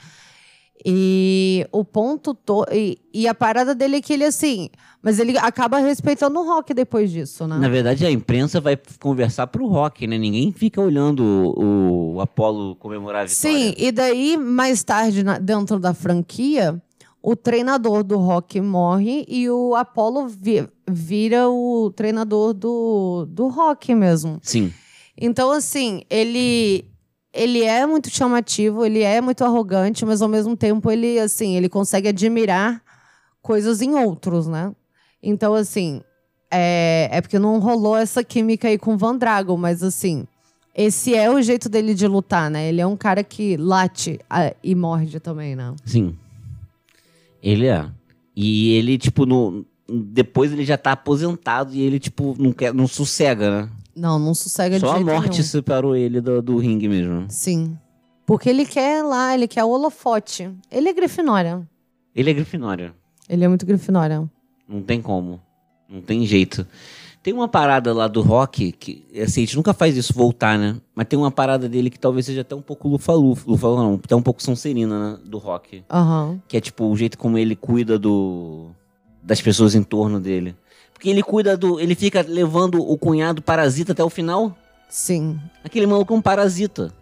[SPEAKER 1] E o ponto todo. E, e a parada dele é que ele, assim. Mas ele acaba respeitando o Rock depois disso, né?
[SPEAKER 2] Na verdade, a imprensa vai conversar pro rock, né? Ninguém fica olhando o, o Apolo comemorar a vitória.
[SPEAKER 1] Sim, e daí, mais tarde, na- dentro da franquia, o treinador do Rock morre e o Apollo vi- vira o treinador do, do Rock mesmo.
[SPEAKER 2] Sim.
[SPEAKER 1] Então, assim, ele. Ele é muito chamativo, ele é muito arrogante, mas ao mesmo tempo ele, assim, ele consegue admirar coisas em outros, né? Então, assim, é, é porque não rolou essa química aí com o Van Drago, mas assim, esse é o jeito dele de lutar, né? Ele é um cara que late ah, e morde também, né?
[SPEAKER 2] Sim. Ele é. E ele, tipo, no, depois ele já tá aposentado e ele, tipo, não, quer, não sossega, né?
[SPEAKER 1] Não, não sossega de
[SPEAKER 2] Só a
[SPEAKER 1] jeito
[SPEAKER 2] morte
[SPEAKER 1] nenhum.
[SPEAKER 2] separou ele do, do ringue mesmo.
[SPEAKER 1] Sim. Porque ele quer lá, ele quer o holofote. Ele é grifinória.
[SPEAKER 2] Ele é grifinória.
[SPEAKER 1] Ele é muito grifinória.
[SPEAKER 2] Não tem como. Não tem jeito. Tem uma parada lá do rock que, assim, a gente nunca faz isso voltar, né? Mas tem uma parada dele que talvez seja até um pouco lufa-lufa. Lufa, não, até um pouco Sonserina, né? Do rock.
[SPEAKER 1] Aham.
[SPEAKER 2] Que é tipo o jeito como ele cuida do das pessoas em torno dele. Porque ele cuida do. Ele fica levando o cunhado parasita até o final.
[SPEAKER 1] Sim.
[SPEAKER 2] Aquele maluco é um parasita.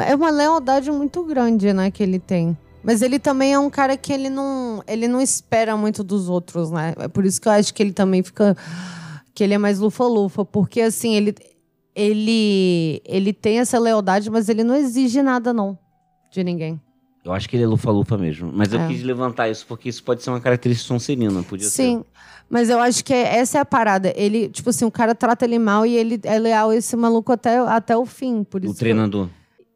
[SPEAKER 1] É uma lealdade muito grande, né, que ele tem. Mas ele também é um cara que ele não, ele não espera muito dos outros, né? É por isso que eu acho que ele também fica que ele é mais lufa-lufa, porque assim, ele ele ele tem essa lealdade, mas ele não exige nada não de ninguém.
[SPEAKER 2] Eu acho que ele é lufa-lufa mesmo. Mas eu
[SPEAKER 1] É.
[SPEAKER 2] quis levantar isso, porque isso pode ser uma característica sonserina, podia ser.
[SPEAKER 1] Sim. Mas eu acho que é- essa é a parada. Ele, tipo assim, o cara trata ele mal e ele é leal a esse maluco até, até o fim, por isso.
[SPEAKER 2] O
[SPEAKER 1] que-
[SPEAKER 2] treinador.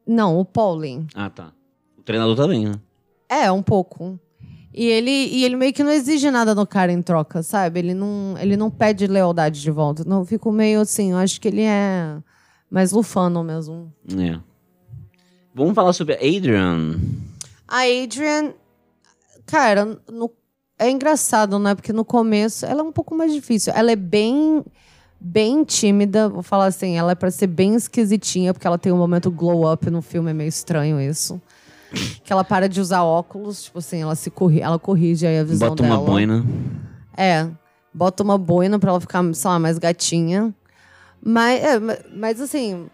[SPEAKER 1] Não, o Pauling.
[SPEAKER 2] Ah, tá. O treinador também, né?
[SPEAKER 1] É, um pouco. E ele, e ele meio que não exige nada do cara em troca, sabe? Ele não, ele não pede lealdade de volta. Não, eu fico meio assim, eu acho que ele é mais lufano mesmo.
[SPEAKER 2] É. Vamos falar sobre a Adrian.
[SPEAKER 1] A Adrian, cara, no- é engraçado, né? Porque no começo ela é um pouco mais difícil. Ela é bem, bem tímida, vou falar assim, ela é pra ser bem esquisitinha, porque ela tem um momento glow up no filme, é meio estranho isso. Que ela para de usar óculos, tipo assim, ela se corri ela corrige aí a visão
[SPEAKER 2] Bota
[SPEAKER 1] dela.
[SPEAKER 2] uma boina.
[SPEAKER 1] É, bota uma boina pra ela ficar, sei lá, mais gatinha. Mas, é, ma- mas assim,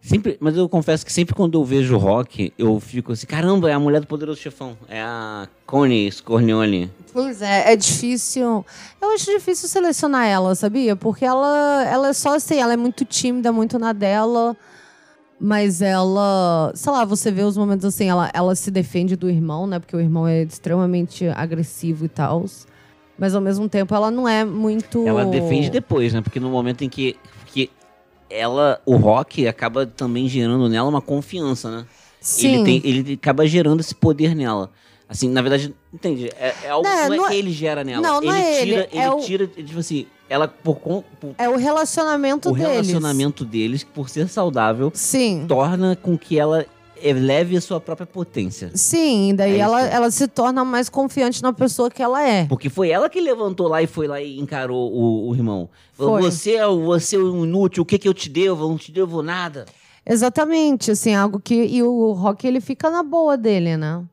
[SPEAKER 2] Sempre, mas eu confesso que sempre quando eu vejo rock, eu fico assim, caramba, é a mulher do poderoso chefão. É a Connie Scornione.
[SPEAKER 1] pois é, é difícil. Eu acho difícil selecionar ela, sabia? Porque ela, ela é só assim, ela é muito tímida, muito na dela. Mas ela, sei lá, você vê os momentos assim, ela, ela se defende do irmão, né? Porque o irmão é extremamente agressivo e tal. Mas ao mesmo tempo ela não é muito.
[SPEAKER 2] Ela defende depois, né? Porque no momento em que, que ela, o rock acaba também gerando nela uma confiança, né?
[SPEAKER 1] Sim.
[SPEAKER 2] Ele, tem, ele acaba gerando esse poder nela. Assim, na verdade, entende? É, é algo
[SPEAKER 1] Não,
[SPEAKER 2] não,
[SPEAKER 1] não
[SPEAKER 2] é
[SPEAKER 1] é-
[SPEAKER 2] que ele gera nela.
[SPEAKER 1] não, não
[SPEAKER 2] ele
[SPEAKER 1] é ele,
[SPEAKER 2] tira,
[SPEAKER 1] é o-
[SPEAKER 2] tira, tipo assim, ela por, con- por
[SPEAKER 1] É o relacionamento
[SPEAKER 2] o
[SPEAKER 1] deles.
[SPEAKER 2] relacionamento deles, por ser saudável,
[SPEAKER 1] Sim.
[SPEAKER 2] torna com que ela eleve a sua própria potência.
[SPEAKER 1] Sim, e daí
[SPEAKER 2] É isso.
[SPEAKER 1] ela, ela se torna mais confiante na pessoa que ela é.
[SPEAKER 2] Porque foi ela que levantou lá e foi lá e encarou o, o irmão. Falou,
[SPEAKER 1] Foi.
[SPEAKER 2] você é um- você é um inútil, o que que eu te devo? Eu não te devo nada.
[SPEAKER 1] Exatamente, assim, algo que. E o Rock, ele fica na boa dele, né?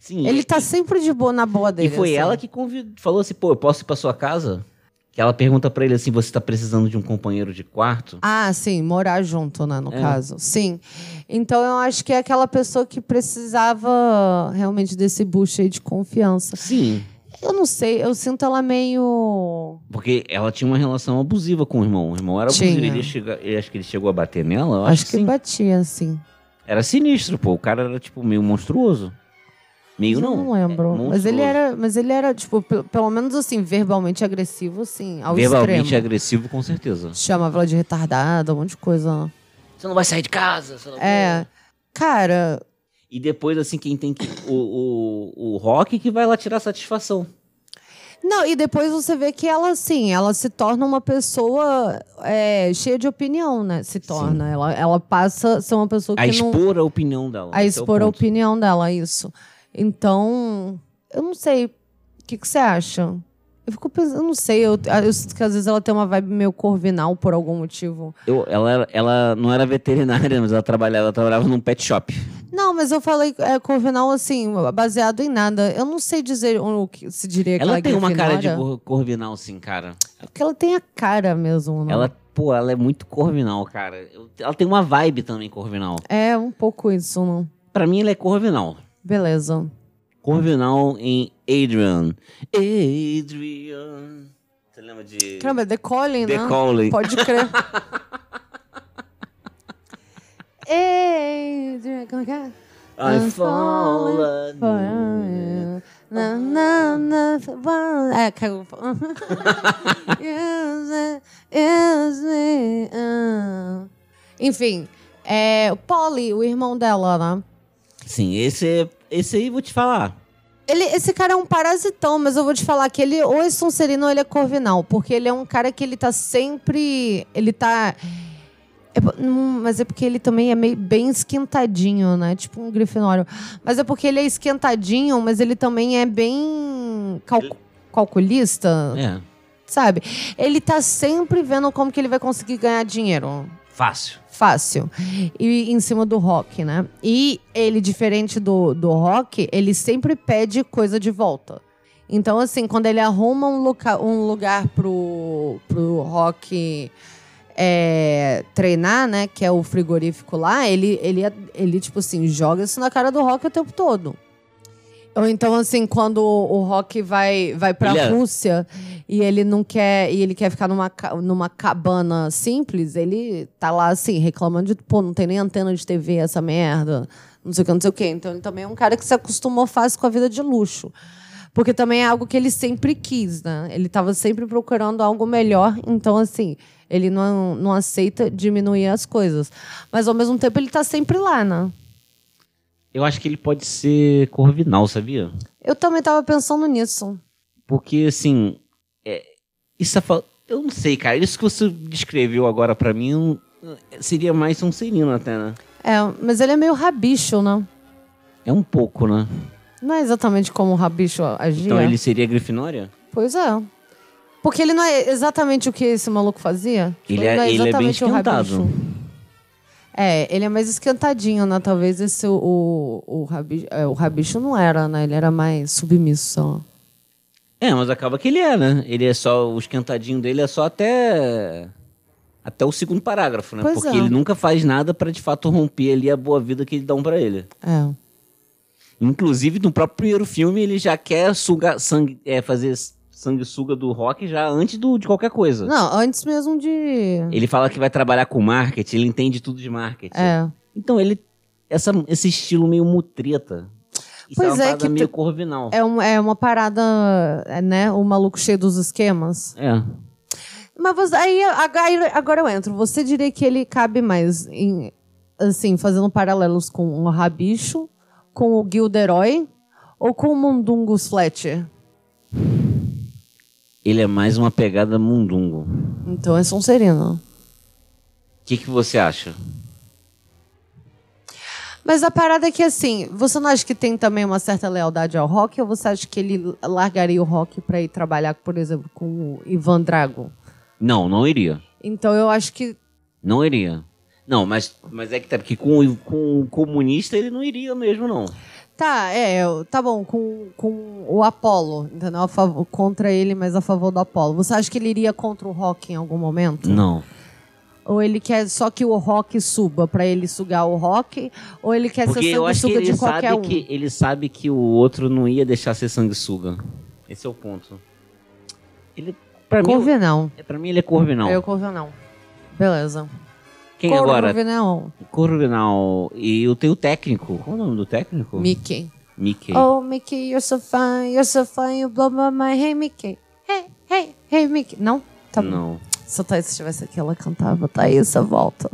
[SPEAKER 2] Sim.
[SPEAKER 1] ele
[SPEAKER 2] e-
[SPEAKER 1] tá sempre de boa na boa
[SPEAKER 2] E
[SPEAKER 1] dele.
[SPEAKER 2] foi
[SPEAKER 1] assim.
[SPEAKER 2] ela que convidou, falou assim, pô, eu posso ir pra sua casa? Que ela pergunta pra ele assim, você tá precisando de um companheiro de quarto?
[SPEAKER 1] Ah, sim, morar junto, né, no
[SPEAKER 2] É.
[SPEAKER 1] caso. Sim. Então eu acho que é aquela pessoa que precisava realmente desse bucho aí de confiança.
[SPEAKER 2] Sim.
[SPEAKER 1] Eu não sei, eu sinto ela meio.
[SPEAKER 2] Porque ela tinha uma relação abusiva com o irmão. O irmão era abusivo.
[SPEAKER 1] Tinha.
[SPEAKER 2] Ele chega, ele- acho que ele chegou a bater nela? Eu
[SPEAKER 1] Acho, que
[SPEAKER 2] sim.
[SPEAKER 1] batia, assim.
[SPEAKER 2] Era sinistro, pô. O cara era, tipo, meio monstruoso. Meio
[SPEAKER 1] Mas eu
[SPEAKER 2] não.
[SPEAKER 1] não lembro.
[SPEAKER 2] É
[SPEAKER 1] mas ele
[SPEAKER 2] monstruoso.
[SPEAKER 1] era, mas ele era tipo, pe- pelo menos assim, verbalmente agressivo, assim, ao
[SPEAKER 2] Verbalmente
[SPEAKER 1] extremo.
[SPEAKER 2] agressivo, com certeza.
[SPEAKER 1] Chamava ela de retardada, um monte de coisa.
[SPEAKER 2] Você não vai sair de casa. Você não
[SPEAKER 1] É. Cara,
[SPEAKER 2] E depois, assim, quem tem que. O, o, o rock que vai lá tirar satisfação.
[SPEAKER 1] Não, e depois você vê que ela, assim, ela se torna uma pessoa é, cheia de opinião, né? Se torna. Ela, ela passa a ser uma pessoa
[SPEAKER 2] A
[SPEAKER 1] que não.
[SPEAKER 2] expor a opinião dela.
[SPEAKER 1] A
[SPEAKER 2] Esse é o
[SPEAKER 1] expor a
[SPEAKER 2] ponto.
[SPEAKER 1] opinião dela, isso. Então, eu não sei. O que, que você acha? Eu fico pensando, eu não sei. Eu, eu sinto que às vezes ela tem uma vibe meio corvinal por algum motivo.
[SPEAKER 2] Eu- ela, era- ela não era veterinária, mas ela trabalhava, ela trabalhava num pet shop.
[SPEAKER 1] Não, mas eu falei é, corvinal, assim, baseado em nada. Eu não sei dizer o que se diria que
[SPEAKER 2] Ela tem uma cara de
[SPEAKER 1] grifinória.
[SPEAKER 2] cor- corvinal, sim, cara.
[SPEAKER 1] Porque ela tem a cara mesmo, né?
[SPEAKER 2] Ela, pô, ela é muito corvinal, cara. Eu- Ela tem uma vibe também corvinal.
[SPEAKER 1] É um pouco isso, não?
[SPEAKER 2] Pra mim, ela é corvinal.
[SPEAKER 1] Beleza.
[SPEAKER 2] Corvinal em Adrian. Adrian. Você lembra de.
[SPEAKER 1] Caramba, é The Calling,
[SPEAKER 2] The
[SPEAKER 1] né?
[SPEAKER 2] Calling.
[SPEAKER 1] Pode crer. Ei, como é que é?
[SPEAKER 2] I fall in-
[SPEAKER 1] Na, na, na, na, É, cagou. Yes, eh, yes, eh, ah. Enfim, é, o Polly, o irmão dela, né?
[SPEAKER 2] Sim, esse, esse aí vou te falar.
[SPEAKER 1] Ele, esse cara é um parasitão, mas eu vou te falar que ele ou é sonserino ou ele é corvinal. Porque ele é um cara que ele tá sempre. Ele tá. é po- hum, mas é porque ele também é meio bem esquentadinho, né? Tipo um grifinório. Mas é porque ele é esquentadinho, mas ele também é bem calcu- calculista,
[SPEAKER 2] É,
[SPEAKER 1] sabe? Ele tá sempre vendo como que ele vai conseguir ganhar dinheiro
[SPEAKER 2] fácil.
[SPEAKER 1] fácil. E em cima do rock, né? E ele, diferente do, do rock, ele sempre pede coisa de volta. Então, assim, quando ele arruma um, loca- um lugar pro, pro rock é, treinar, né? Que é o frigorífico lá, ele, ele, ele, tipo assim, joga isso na cara do rock o tempo todo. Ou então, assim, quando o o Rock vai, vai pra
[SPEAKER 2] Ele é-
[SPEAKER 1] Rússia e ele não quer. E ele quer ficar numa, ca- numa cabana simples, ele tá lá assim, reclamando de, pô, não tem nem antena de TV essa merda. Não sei o que, não sei o que. Então ele também é um cara que se acostumou fácil com a vida de luxo. Porque também é algo que ele sempre quis, né? Ele tava sempre procurando algo melhor. Então, assim, ele não, não aceita diminuir as coisas. Mas ao mesmo tempo ele tá sempre lá, né?
[SPEAKER 2] Eu acho que ele pode ser corvinal, sabia?
[SPEAKER 1] Eu também tava pensando nisso.
[SPEAKER 2] Porque, assim, é, isso é fa- Eu não sei, cara. Isso que você descreveu agora pra mim eu- seria mais um serino até, né?
[SPEAKER 1] É, mas ele é meio rabicho, né?
[SPEAKER 2] É um pouco, né?
[SPEAKER 1] Não é exatamente como o rabicho agia.
[SPEAKER 2] Então ele seria grifinória?
[SPEAKER 1] Pois é. Porque ele não é exatamente o que esse maluco fazia. Tipo,
[SPEAKER 2] Ele é-
[SPEAKER 1] não
[SPEAKER 2] ele é bem
[SPEAKER 1] exatamente o
[SPEAKER 2] esquentado.
[SPEAKER 1] rabicho. É, ele é mais esquentadinho, né? Talvez esse o, o, o, rabicho, é, o rabicho não era, né? Ele era mais submisso.
[SPEAKER 2] É, mas acaba que ele é, né? Ele é só. O esquentadinho dele é só até. Até o segundo parágrafo, né?
[SPEAKER 1] Pois
[SPEAKER 2] Porque
[SPEAKER 1] é.
[SPEAKER 2] ele nunca faz nada pra de fato romper ali a boa vida que dão pra ele.
[SPEAKER 1] É.
[SPEAKER 2] Inclusive, no próprio primeiro filme, ele já quer sugar sangue, é, fazer sanguessuga do rock já antes do, de qualquer coisa.
[SPEAKER 1] Não, antes mesmo de.
[SPEAKER 2] Ele fala que vai trabalhar com marketing, ele entende tudo de marketing.
[SPEAKER 1] É.
[SPEAKER 2] Então, ele. Essa, esse estilo meio mutreta. Isso
[SPEAKER 1] Pois
[SPEAKER 2] é uma
[SPEAKER 1] é,
[SPEAKER 2] parada
[SPEAKER 1] que
[SPEAKER 2] meio
[SPEAKER 1] tu-
[SPEAKER 2] corvinal.
[SPEAKER 1] É, um, é uma parada, é, né? O maluco cheio dos esquemas.
[SPEAKER 2] É.
[SPEAKER 1] Mas você- aí agora- agora eu entro. Você diria que ele cabe mais em, assim, fazendo paralelos com o Rabicho, com o Gilderoy ou com o Mundungus Fletcher?
[SPEAKER 2] Ele é mais uma pegada mundungo.
[SPEAKER 1] Então é Sonserino.
[SPEAKER 2] O que, que você acha?
[SPEAKER 1] Mas a parada é que, assim, você não acha que tem também uma certa lealdade ao rock? Ou você acha que ele largaria o rock pra ir trabalhar, por exemplo, com o Ivan Drago?
[SPEAKER 2] Não, não iria.
[SPEAKER 1] Então eu acho que.
[SPEAKER 2] Não iria. Não, mas, mas é que tá, porque com, o- com o comunista ele não iria mesmo, não.
[SPEAKER 1] Tá, é, eu- tá bom, com, com o Apollo, entendeu? A favor, contra ele, mas a favor do Apollo. Você acha que ele iria contra o rock em algum momento?
[SPEAKER 2] Não.
[SPEAKER 1] Ou ele quer só que o rock suba pra ele sugar o rock? Ou ele quer
[SPEAKER 2] Porque
[SPEAKER 1] ser
[SPEAKER 2] eu acho que
[SPEAKER 1] É, sanguessuga
[SPEAKER 2] ele
[SPEAKER 1] de
[SPEAKER 2] sabe
[SPEAKER 1] qualquer um?
[SPEAKER 2] que ele sabe que o outro não ia deixar ser sanguessuga. Esse é o ponto. Ele para mim,
[SPEAKER 1] Corvinão.
[SPEAKER 2] é- pra mim ele é corvinal.
[SPEAKER 1] um? Eu Corvinão. Beleza.
[SPEAKER 2] Quem
[SPEAKER 1] Corvinão.
[SPEAKER 2] agora? Corvinal. E eu tenho o técnico. Qual o nome do técnico?
[SPEAKER 1] Mickey.
[SPEAKER 2] Mickey.
[SPEAKER 1] Oh, Mickey, you're so fine, you're so fine, you blow my mind. Hey, Mickey. Hey, hey, hey, Mickey. Não? Tá bom.
[SPEAKER 2] Não.
[SPEAKER 1] Se a Thaís estivesse aqui, ela cantava. Thaís, volta.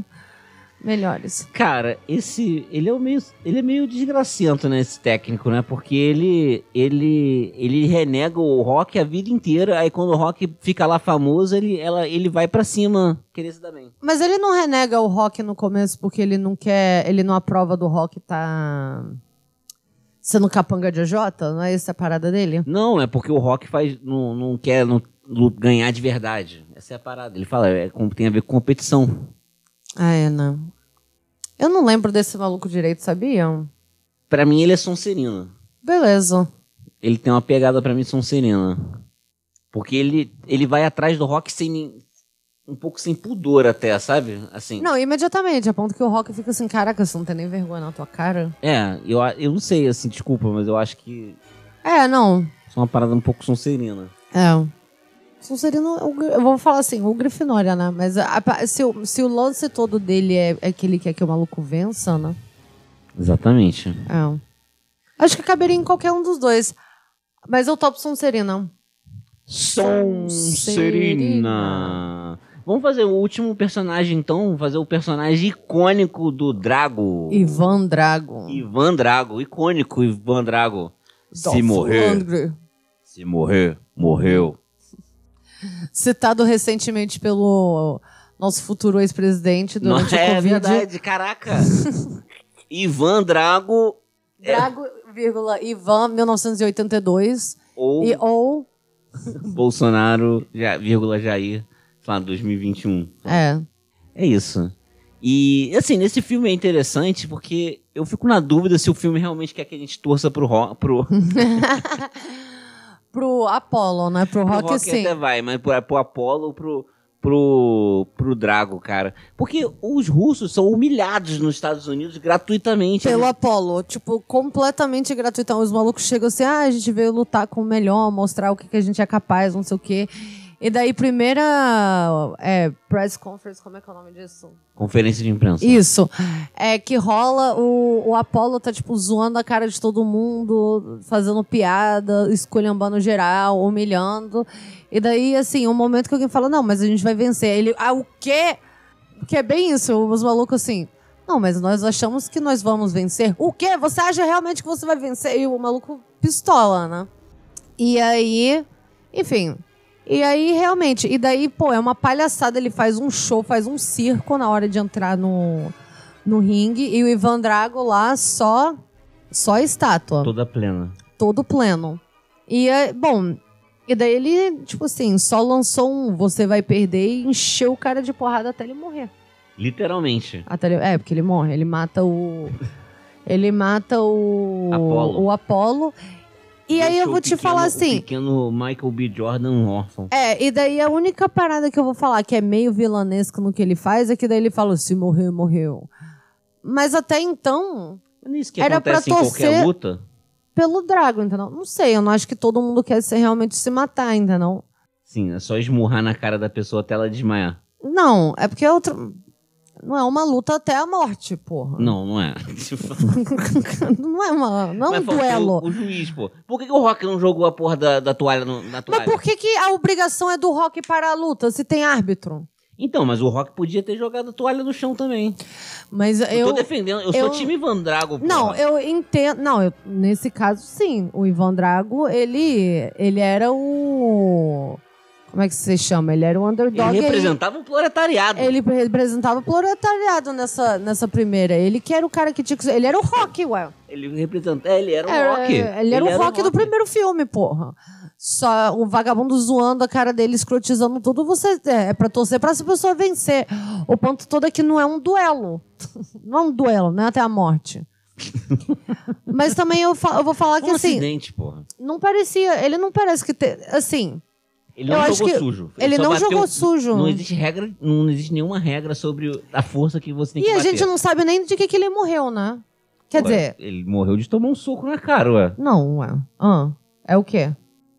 [SPEAKER 1] Melhores.
[SPEAKER 2] Cara, esse. Ele é o meio. Ele é meio desgracento, né? Esse técnico, né? Porque ele. Ele. Ele renega o rock a vida inteira. Aí quando o rock fica lá famoso, ele, ela, ele vai pra cima. Querer se dar bem.
[SPEAKER 1] Mas ele não renega o rock no começo porque ele não quer. Ele não aprova do rock tá. sendo capanga de OJ? Não é essa a parada dele?
[SPEAKER 2] Não, é porque o rock faz. Não, não quer não, lu- ganhar de verdade. Essa é a parada. Ele fala, é, com- tem a ver com competição.
[SPEAKER 1] Ah, é, não. Eu não lembro desse maluco direito, sabiam?
[SPEAKER 2] Pra mim, ele é Sonserino.
[SPEAKER 1] Beleza.
[SPEAKER 2] Ele tem uma pegada pra mim Sonserina. Porque ele, ele vai atrás do rock sem. nem- Um pouco sem pudor até, sabe? Assim.
[SPEAKER 1] Não, imediatamente, a ponto que o Rock fica assim, caraca, você não tem nem vergonha na tua cara.
[SPEAKER 2] É, eu, a- eu não sei, assim, desculpa, mas eu acho que
[SPEAKER 1] É, não.
[SPEAKER 2] isso é uma parada um pouco sonserina.
[SPEAKER 1] É. Sonserino, é o Gri- eu vou falar assim, o Grifinória, né? Mas a pa- se, o, se o lance todo dele é, é que ele quer que o maluco vença, né?
[SPEAKER 2] Exatamente.
[SPEAKER 1] É. Acho que caberia em qualquer um dos dois. Mas eu topo Sonserina. Sonserina.
[SPEAKER 2] Sonserina. Vamos fazer o último personagem, então. Vamos fazer o personagem icônico do Drago.
[SPEAKER 1] Ivan Drago.
[SPEAKER 2] Ivan Drago, icônico Ivan Drago.
[SPEAKER 1] Dolph
[SPEAKER 2] Se morrer,
[SPEAKER 1] Lundgren.
[SPEAKER 2] se morrer, morreu.
[SPEAKER 1] Citado recentemente pelo nosso futuro ex-presidente durante
[SPEAKER 2] Não,
[SPEAKER 1] o
[SPEAKER 2] é
[SPEAKER 1] Covid.
[SPEAKER 2] verdade, caraca. Ivan Drago É.
[SPEAKER 1] Drago, vírgula, Ivan, 1982.
[SPEAKER 2] ou
[SPEAKER 1] E ou.
[SPEAKER 2] Bolsonaro, já- vírgula Jair, sei lá, 2021.
[SPEAKER 1] É.
[SPEAKER 2] É isso. E, assim, nesse filme é interessante porque eu fico na dúvida se o filme realmente quer que a gente torça pro rock. Pro, pro
[SPEAKER 1] Pro Apollo, né? Pro Rock,
[SPEAKER 2] rock
[SPEAKER 1] sim.
[SPEAKER 2] até vai, mas pro, pro Apollo ou pro, pro, pro Drago, cara. Porque os russos são humilhados nos Estados Unidos gratuitamente.
[SPEAKER 1] Pelo Apollo, tipo, completamente gratuitão. Os malucos chegam assim, ah, a gente veio lutar com o melhor, mostrar o que, que a gente é capaz, não sei o quê. E daí, primeira é, press conference, como é que é o nome disso?
[SPEAKER 2] Conferência de imprensa.
[SPEAKER 1] Isso. É que rola, o, o Apollo tá, tipo, zoando a cara de todo mundo, fazendo piada, esculhambando geral, humilhando. E daí, assim, um momento que alguém fala, não, mas a gente vai vencer. Ele, ah, o quê? Que é bem isso, os malucos assim. Não, mas nós achamos que nós vamos vencer. O quê? Você acha realmente que você vai vencer? E o maluco pistola, né? E aí, enfim. E aí, realmente, e daí, pô, é uma palhaçada. Ele faz um show, faz um circo na hora de entrar no, no ringue. E o Ivan Drago lá só, só estátua
[SPEAKER 2] Toda plena.
[SPEAKER 1] todo pleno. E, é, bom, e daí ele, tipo assim, só lançou um você vai perder e encheu o cara de porrada até ele morrer.
[SPEAKER 2] Literalmente.
[SPEAKER 1] Até ele- é, porque ele morre, ele mata o... Ele mata o...
[SPEAKER 2] Apollo.
[SPEAKER 1] O Apolo. E aí
[SPEAKER 2] Deixa
[SPEAKER 1] eu
[SPEAKER 2] o
[SPEAKER 1] vou te
[SPEAKER 2] pequeno-
[SPEAKER 1] falar
[SPEAKER 2] O
[SPEAKER 1] assim...
[SPEAKER 2] pequeno Michael B. Jordan órfão.
[SPEAKER 1] É, e daí a única parada que eu vou falar que é meio vilanesco no que ele faz é que daí ele fala, se morreu, morreu. Mas até então,
[SPEAKER 2] Não é isso que
[SPEAKER 1] Era
[SPEAKER 2] acontece
[SPEAKER 1] pra
[SPEAKER 2] em qualquer
[SPEAKER 1] torcer-
[SPEAKER 2] luta.
[SPEAKER 1] pelo Drago, entendeu? Não sei, eu não acho que todo mundo quer se- realmente se matar, entendeu?
[SPEAKER 2] Sim, é só esmurrar na cara da pessoa até ela desmaiar.
[SPEAKER 1] Não, é porque é outro. Não é uma luta até a morte, porra.
[SPEAKER 2] Não, não é.
[SPEAKER 1] não é uma. Não é
[SPEAKER 2] Mas
[SPEAKER 1] um
[SPEAKER 2] faltou
[SPEAKER 1] duelo.
[SPEAKER 2] O, juiz, pô. Por que, que o Rock não jogou a porra da, da toalha no- na toalha?
[SPEAKER 1] Mas por que, que a obrigação é do rock para a luta, se tem árbitro?
[SPEAKER 2] Então, mas o Rock podia ter jogado a toalha no chão também.
[SPEAKER 1] Mas
[SPEAKER 2] Eu,
[SPEAKER 1] eu.
[SPEAKER 2] tô defendendo. Eu,
[SPEAKER 1] eu-
[SPEAKER 2] sou time Van Drago, porra.
[SPEAKER 1] Não, eu entendo. Não, eu- nesse caso, sim. O Ivan Drago, ele. Ele era o. Como é que se chama? Ele era o
[SPEAKER 2] Ele
[SPEAKER 1] underdog.
[SPEAKER 2] representava o proletariado.
[SPEAKER 1] Ele, ele representava o proletariado nessa, nessa primeira. Ele que era o cara que tinha que. Ele era o rock, ué.
[SPEAKER 2] Ele representava. É, ele era o
[SPEAKER 1] É,
[SPEAKER 2] Rock.
[SPEAKER 1] Ele era, o rock, do primeiro filme, porra. Só o vagabundo zoando a cara dele, escrotizando tudo, você é, é pra torcer pra essa pessoa vencer. O ponto todo é que não é um duelo. Não é um duelo, né? Até a morte. Mas também eu, fa- eu vou falar que
[SPEAKER 2] um
[SPEAKER 1] assim,
[SPEAKER 2] acidente, porra.
[SPEAKER 1] não parecia. Ele não parece que. Te, assim,
[SPEAKER 2] Ele
[SPEAKER 1] Eu
[SPEAKER 2] não
[SPEAKER 1] acho
[SPEAKER 2] jogou
[SPEAKER 1] que
[SPEAKER 2] sujo.
[SPEAKER 1] ele
[SPEAKER 2] só
[SPEAKER 1] não
[SPEAKER 2] bateu-
[SPEAKER 1] jogou sujo.
[SPEAKER 2] Não existe regra, não existe nenhuma regra sobre a força que você tem
[SPEAKER 1] e
[SPEAKER 2] que
[SPEAKER 1] a
[SPEAKER 2] bater.
[SPEAKER 1] gente não sabe nem de que, que ele morreu, né? Quer
[SPEAKER 2] Ué,
[SPEAKER 1] dizer,
[SPEAKER 2] Ele morreu de tomar um soco na cara, ué.
[SPEAKER 1] não, ué. Ah, é o quê?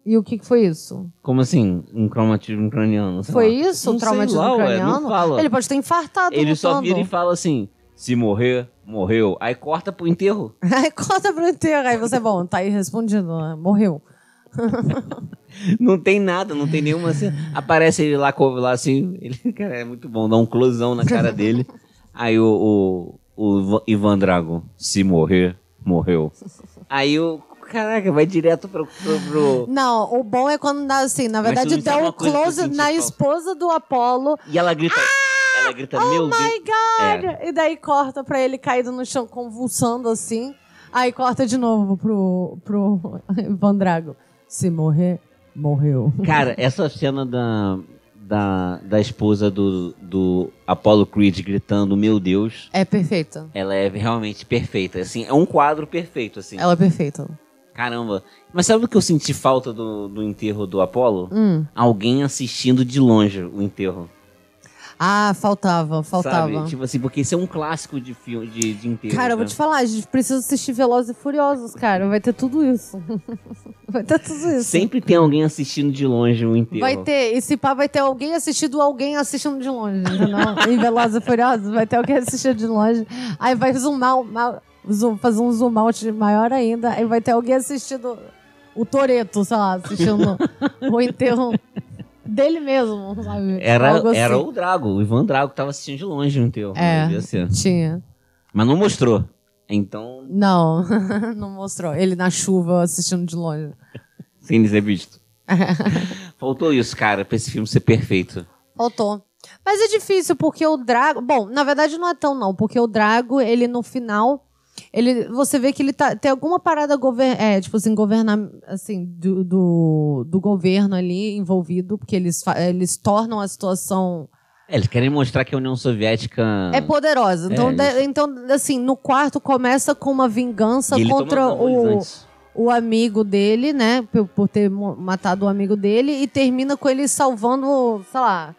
[SPEAKER 1] E o que, que foi isso?
[SPEAKER 2] Como assim? Um traumatismo craniano? sei
[SPEAKER 1] Foi
[SPEAKER 2] lá.
[SPEAKER 1] isso?
[SPEAKER 2] Não
[SPEAKER 1] Um
[SPEAKER 2] sei
[SPEAKER 1] traumatismo
[SPEAKER 2] lá, ué, não
[SPEAKER 1] craniano?
[SPEAKER 2] fala.
[SPEAKER 1] Ele pode ter infartado
[SPEAKER 2] Ele só
[SPEAKER 1] lutando.
[SPEAKER 2] vira e fala assim: Se morrer, morreu. Aí corta pro enterro.
[SPEAKER 1] Aí corta pro enterro. Aí você, bom, tá aí respondido, né? morreu.
[SPEAKER 2] Não tem nada, não tem nenhuma cena. Aparece ele lá, couve lá assim. Ele, cara, é muito bom, dá um closão na cara dele. Aí o, o, o Ivan- Ivan Drago, se morrer, morreu. Aí o. Caraca, vai direto pro. pro, pro-
[SPEAKER 1] Não, o bom é quando dá assim, na
[SPEAKER 2] Mas
[SPEAKER 1] verdade,
[SPEAKER 2] tu não sabe
[SPEAKER 1] deu um
[SPEAKER 2] uma coisa que eu
[SPEAKER 1] close
[SPEAKER 2] senti
[SPEAKER 1] na
[SPEAKER 2] falta?
[SPEAKER 1] esposa do Apolo.
[SPEAKER 2] E ela grita. ela grita, meu
[SPEAKER 1] oh
[SPEAKER 2] Deus.
[SPEAKER 1] my God!
[SPEAKER 2] É.
[SPEAKER 1] E daí corta pra ele caído no chão, convulsando assim. Aí corta de novo pro, pro Ivan Drago. Se morrer, morreu.
[SPEAKER 2] Cara, essa cena da, da, da esposa do, do Apollo Creed gritando, meu Deus,
[SPEAKER 1] É perfeita.
[SPEAKER 2] ela é realmente perfeita. Assim, é um quadro perfeito, assim.
[SPEAKER 1] Ela é perfeita.
[SPEAKER 2] Caramba. Mas sabe o que eu senti falta do, do enterro do Apollo?
[SPEAKER 1] Hum.
[SPEAKER 2] Alguém assistindo de longe o enterro.
[SPEAKER 1] Ah, faltava, faltava.
[SPEAKER 2] Sabe? Tipo assim, porque isso é um clássico de filme de, de enterro.
[SPEAKER 1] Cara, eu vou
[SPEAKER 2] né?
[SPEAKER 1] te falar, a gente precisa assistir Velozes e Furiosos, cara. Vai ter tudo isso. Vai ter tudo isso.
[SPEAKER 2] Sempre tem alguém assistindo de longe o enterro.
[SPEAKER 1] assim. Vai ter, e se pá, vai ter alguém assistindo alguém assistindo de longe, entendeu? em Velozes e Furiosos, vai ter alguém assistindo de longe. Aí vai zoomar, o- ma- zoom- fazer um zoom out maior ainda. Aí vai ter alguém assistindo o Toreto, sei lá, assistindo o enterro dele mesmo, sabe?
[SPEAKER 2] Era,
[SPEAKER 1] Algo assim.
[SPEAKER 2] era o Drago, o Ivan Drago tava assistindo de longe o enterro.
[SPEAKER 1] É.
[SPEAKER 2] devia ser.
[SPEAKER 1] Tinha.
[SPEAKER 2] Mas não mostrou. Então,
[SPEAKER 1] Não, não mostrou. Ele na chuva assistindo de longe.
[SPEAKER 2] sem dizer visto. Faltou isso, cara, pra esse filme ser perfeito.
[SPEAKER 1] Faltou. Mas é difícil, porque o Drago. Bom, na verdade não é tão, não, porque o Drago, ele no final. Ele, você vê que ele tá, tem alguma parada gover, é, tipo assim, governar, assim, do, do, do governo ali envolvido, porque eles, fa- eles tornam a situação
[SPEAKER 2] É, eles querem mostrar que a União Soviética.
[SPEAKER 1] é poderosa. Então,
[SPEAKER 2] Ah. É,
[SPEAKER 1] de- então, assim, no quarto começa com uma vingança
[SPEAKER 2] E ele toma
[SPEAKER 1] contra o,
[SPEAKER 2] anabolizantes.
[SPEAKER 1] o amigo dele, né? Por, por ter mo- matado o amigo dele. E termina com ele salvando, sei lá,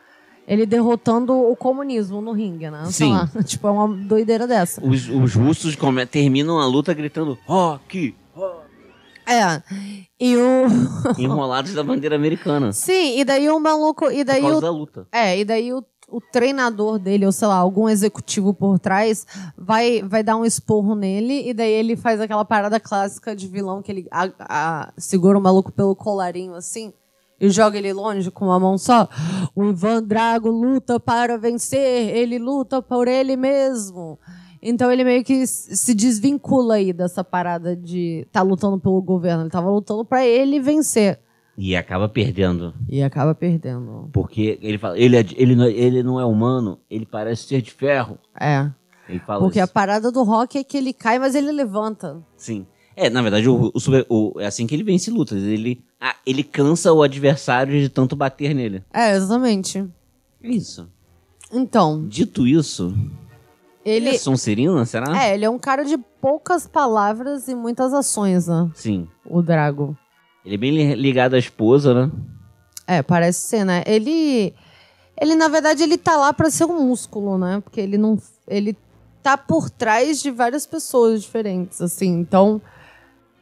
[SPEAKER 1] ele derrotando o comunismo no ringue, né? Sei
[SPEAKER 2] Sim.
[SPEAKER 1] lá. Tipo, é uma doideira dessa.
[SPEAKER 2] Os, os russos come- terminam a luta gritando rock,
[SPEAKER 1] É. E o.
[SPEAKER 2] enrolados da bandeira americana.
[SPEAKER 1] Sim, e daí o maluco. E
[SPEAKER 2] Por
[SPEAKER 1] daí
[SPEAKER 2] causa
[SPEAKER 1] o
[SPEAKER 2] da luta.
[SPEAKER 1] É, e daí o, o treinador dele, ou sei lá, algum executivo por trás, vai, vai dar um esporro nele, e daí ele faz aquela parada clássica de vilão que ele a- a- segura o maluco pelo colarinho assim. E joga ele longe com uma mão só. O Ivan Drago luta para vencer, ele luta por ele mesmo. Então ele meio que s- se desvincula aí dessa parada de tá lutando pelo governo. Ele tava lutando pra ele vencer.
[SPEAKER 2] E acaba perdendo.
[SPEAKER 1] E acaba perdendo.
[SPEAKER 2] Porque ele fala, ele, é de- ele, não- ele não é humano, ele parece ser de ferro.
[SPEAKER 1] É.
[SPEAKER 2] Ele fala
[SPEAKER 1] Porque a
[SPEAKER 2] isso.
[SPEAKER 1] parada do rock é que ele cai, mas ele levanta.
[SPEAKER 2] Sim. É, na verdade, o, o super- o- é assim que ele vence lutas. Ele, ah, ele cansa o adversário de tanto bater nele.
[SPEAKER 1] É, exatamente.
[SPEAKER 2] Isso.
[SPEAKER 1] Então,
[SPEAKER 2] Dito isso,
[SPEAKER 1] ele.
[SPEAKER 2] ele, é Sonserina, será?
[SPEAKER 1] É, ele é um cara de poucas palavras e muitas ações, né?
[SPEAKER 2] Sim.
[SPEAKER 1] O Drago.
[SPEAKER 2] Ele é bem li- ligado à esposa, né?
[SPEAKER 1] É, parece ser, né? Ele. Ele, na verdade, ele tá lá pra ser um músculo, né? Porque ele não. Ele tá por trás de várias pessoas diferentes, assim. Então.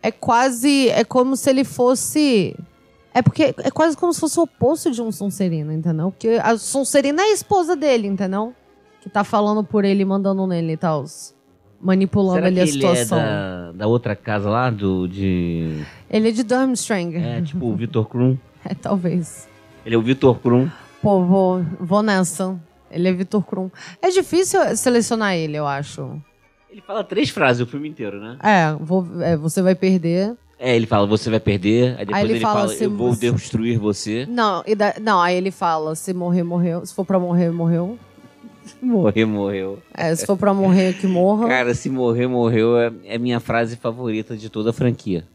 [SPEAKER 1] É quase. É como se ele fosse. É porque é quase como se fosse o oposto de um Sonserina, entendeu? Porque a Sonserina é a esposa dele, entendeu? Que tá falando por ele, mandando nele e tal. Manipulando
[SPEAKER 2] Será
[SPEAKER 1] ali
[SPEAKER 2] que
[SPEAKER 1] a
[SPEAKER 2] ele é
[SPEAKER 1] situação.
[SPEAKER 2] da, da outra casa lá, do de...
[SPEAKER 1] Ele é de Durmstrang.
[SPEAKER 2] É, tipo o Vitor Krum.
[SPEAKER 1] é talvez.
[SPEAKER 2] Ele é o Vitor Krum.
[SPEAKER 1] Pô, vou, vou nessa. Ele é Vitor Krum. É difícil selecionar ele, eu acho.
[SPEAKER 2] Ele fala três frases o filme inteiro, né?
[SPEAKER 1] É, vou- é, você vai perder.
[SPEAKER 2] É, ele fala, você vai perder. Aí depois
[SPEAKER 1] ele
[SPEAKER 2] ele,
[SPEAKER 1] fala
[SPEAKER 2] fala,
[SPEAKER 1] assim,
[SPEAKER 2] eu vou
[SPEAKER 1] você-
[SPEAKER 2] destruir você.
[SPEAKER 1] Não, e da- não, aí ele fala: se morrer, morreu. Se for pra morrer, morreu.
[SPEAKER 2] Morrer, morreu.
[SPEAKER 1] É, se for pra morrer, que morra.
[SPEAKER 2] Uhum. Cara, se morrer, morreu é, é minha frase favorita de toda a franquia.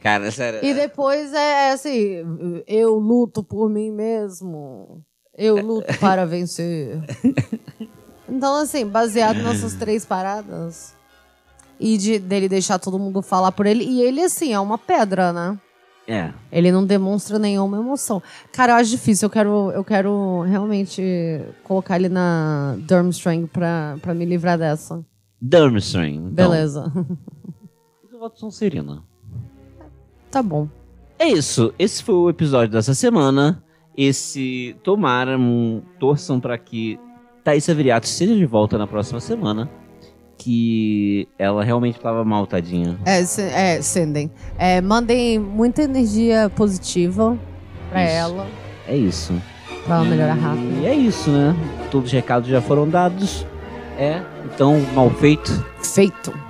[SPEAKER 2] Cara, sério.
[SPEAKER 1] E depois é assim: eu luto por mim mesmo. Eu luto para vencer. Então, assim, baseado nessas três paradas. E de, dele deixar todo mundo falar por ele. E ele, assim, é uma pedra, né?
[SPEAKER 2] É.
[SPEAKER 1] Ele não demonstra nenhuma emoção. Cara, eu acho difícil. Eu quero, eu quero realmente colocar ele na Durmstrang pra, pra me livrar dessa.
[SPEAKER 2] Durmstrang. Então.
[SPEAKER 1] Beleza.
[SPEAKER 2] Eu voto Sonserina.
[SPEAKER 1] tá bom.
[SPEAKER 2] É isso. Esse foi o episódio dessa semana. Esse tomara, um, torçam pra que Thaís Averiato esteja de volta na próxima semana. que ela realmente tava mal, tadinha.
[SPEAKER 1] É, se- é sendem. É, mandem muita energia positiva pra
[SPEAKER 2] Isso.
[SPEAKER 1] ela,
[SPEAKER 2] É isso.
[SPEAKER 1] pra ela melhorar rápido.
[SPEAKER 2] E é isso, né? Todos os recados já foram dados. É, então, mal feito.
[SPEAKER 1] Feito.